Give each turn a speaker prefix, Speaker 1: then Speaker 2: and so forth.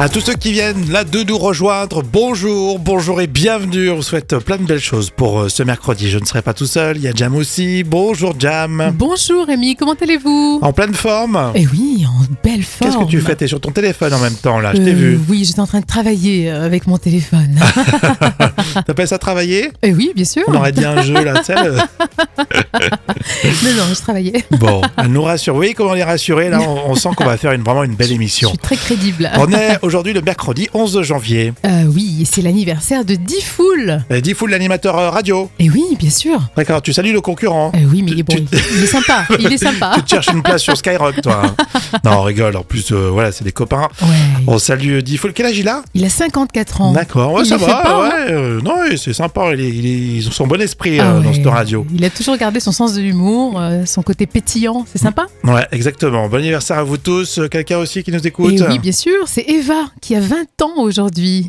Speaker 1: À tous ceux qui viennent là de nous rejoindre, bonjour, bonjour et bienvenue. On vous souhaite plein de belles choses pour euh, ce mercredi. Je ne serai pas tout seul, il y a Jam aussi. Bonjour Jam.
Speaker 2: Bonjour Rémi, comment allez-vous
Speaker 1: En pleine forme.
Speaker 2: Eh oui, en belle forme.
Speaker 1: Qu'est-ce que tu fais T'es sur ton téléphone en même temps là, je t'ai
Speaker 2: Euh,
Speaker 1: vu. Ah.
Speaker 2: Oui, j'étais en train de travailler euh, avec mon téléphone.
Speaker 1: T'appelles ça travailler
Speaker 2: Eh oui, bien sûr.
Speaker 1: On aurait dit un jeu là, tu sais, euh.
Speaker 2: Non, non, je travaillais.
Speaker 1: Bon, elle nous rassure. Vous voyez comment on est rassuré Là, on, on sent qu'on va faire une, vraiment une belle
Speaker 2: Je
Speaker 1: émission.
Speaker 2: suis très crédible.
Speaker 1: On est aujourd'hui le mercredi 11 janvier.
Speaker 2: Euh, oui, c'est l'anniversaire de Diffoul.
Speaker 1: Euh, Diffoul, l'animateur euh, radio.
Speaker 2: Eh oui, bien sûr.
Speaker 1: D'accord, tu salues le concurrent.
Speaker 2: Eh oui, mais il est bon,
Speaker 1: Tu-
Speaker 2: il est sympa. Il est sympa.
Speaker 1: Tu te cherches une place sur Skyrock, toi. hein. Non, on rigole. En plus, euh, voilà, c'est des copains.
Speaker 2: Ouais.
Speaker 1: On salue Diffoul. Quel âge il a
Speaker 2: Il a 54 ans.
Speaker 1: D'accord, ouais,
Speaker 2: Oh. Il
Speaker 1: ça
Speaker 2: les fait
Speaker 1: va.
Speaker 2: pas,
Speaker 1: ouais,
Speaker 2: hein.
Speaker 1: euh, non, ouais, c'est sympa. il est- il est- ils ont son bon esprit
Speaker 2: Ah
Speaker 1: euh, dans
Speaker 2: ouais.
Speaker 1: cette radio.
Speaker 2: Il a toujours gardé son sens de l'humour, euh, son côté pétillant, c'est sympa.
Speaker 1: Ouais, exactement. Bon
Speaker 2: Eh
Speaker 1: anniversaire à vous tous. Euh, Quelqu'un aussi qui nous écoute
Speaker 2: Et oui, bien sûr, c'est Eva qui a 20 ans aujourd'hui.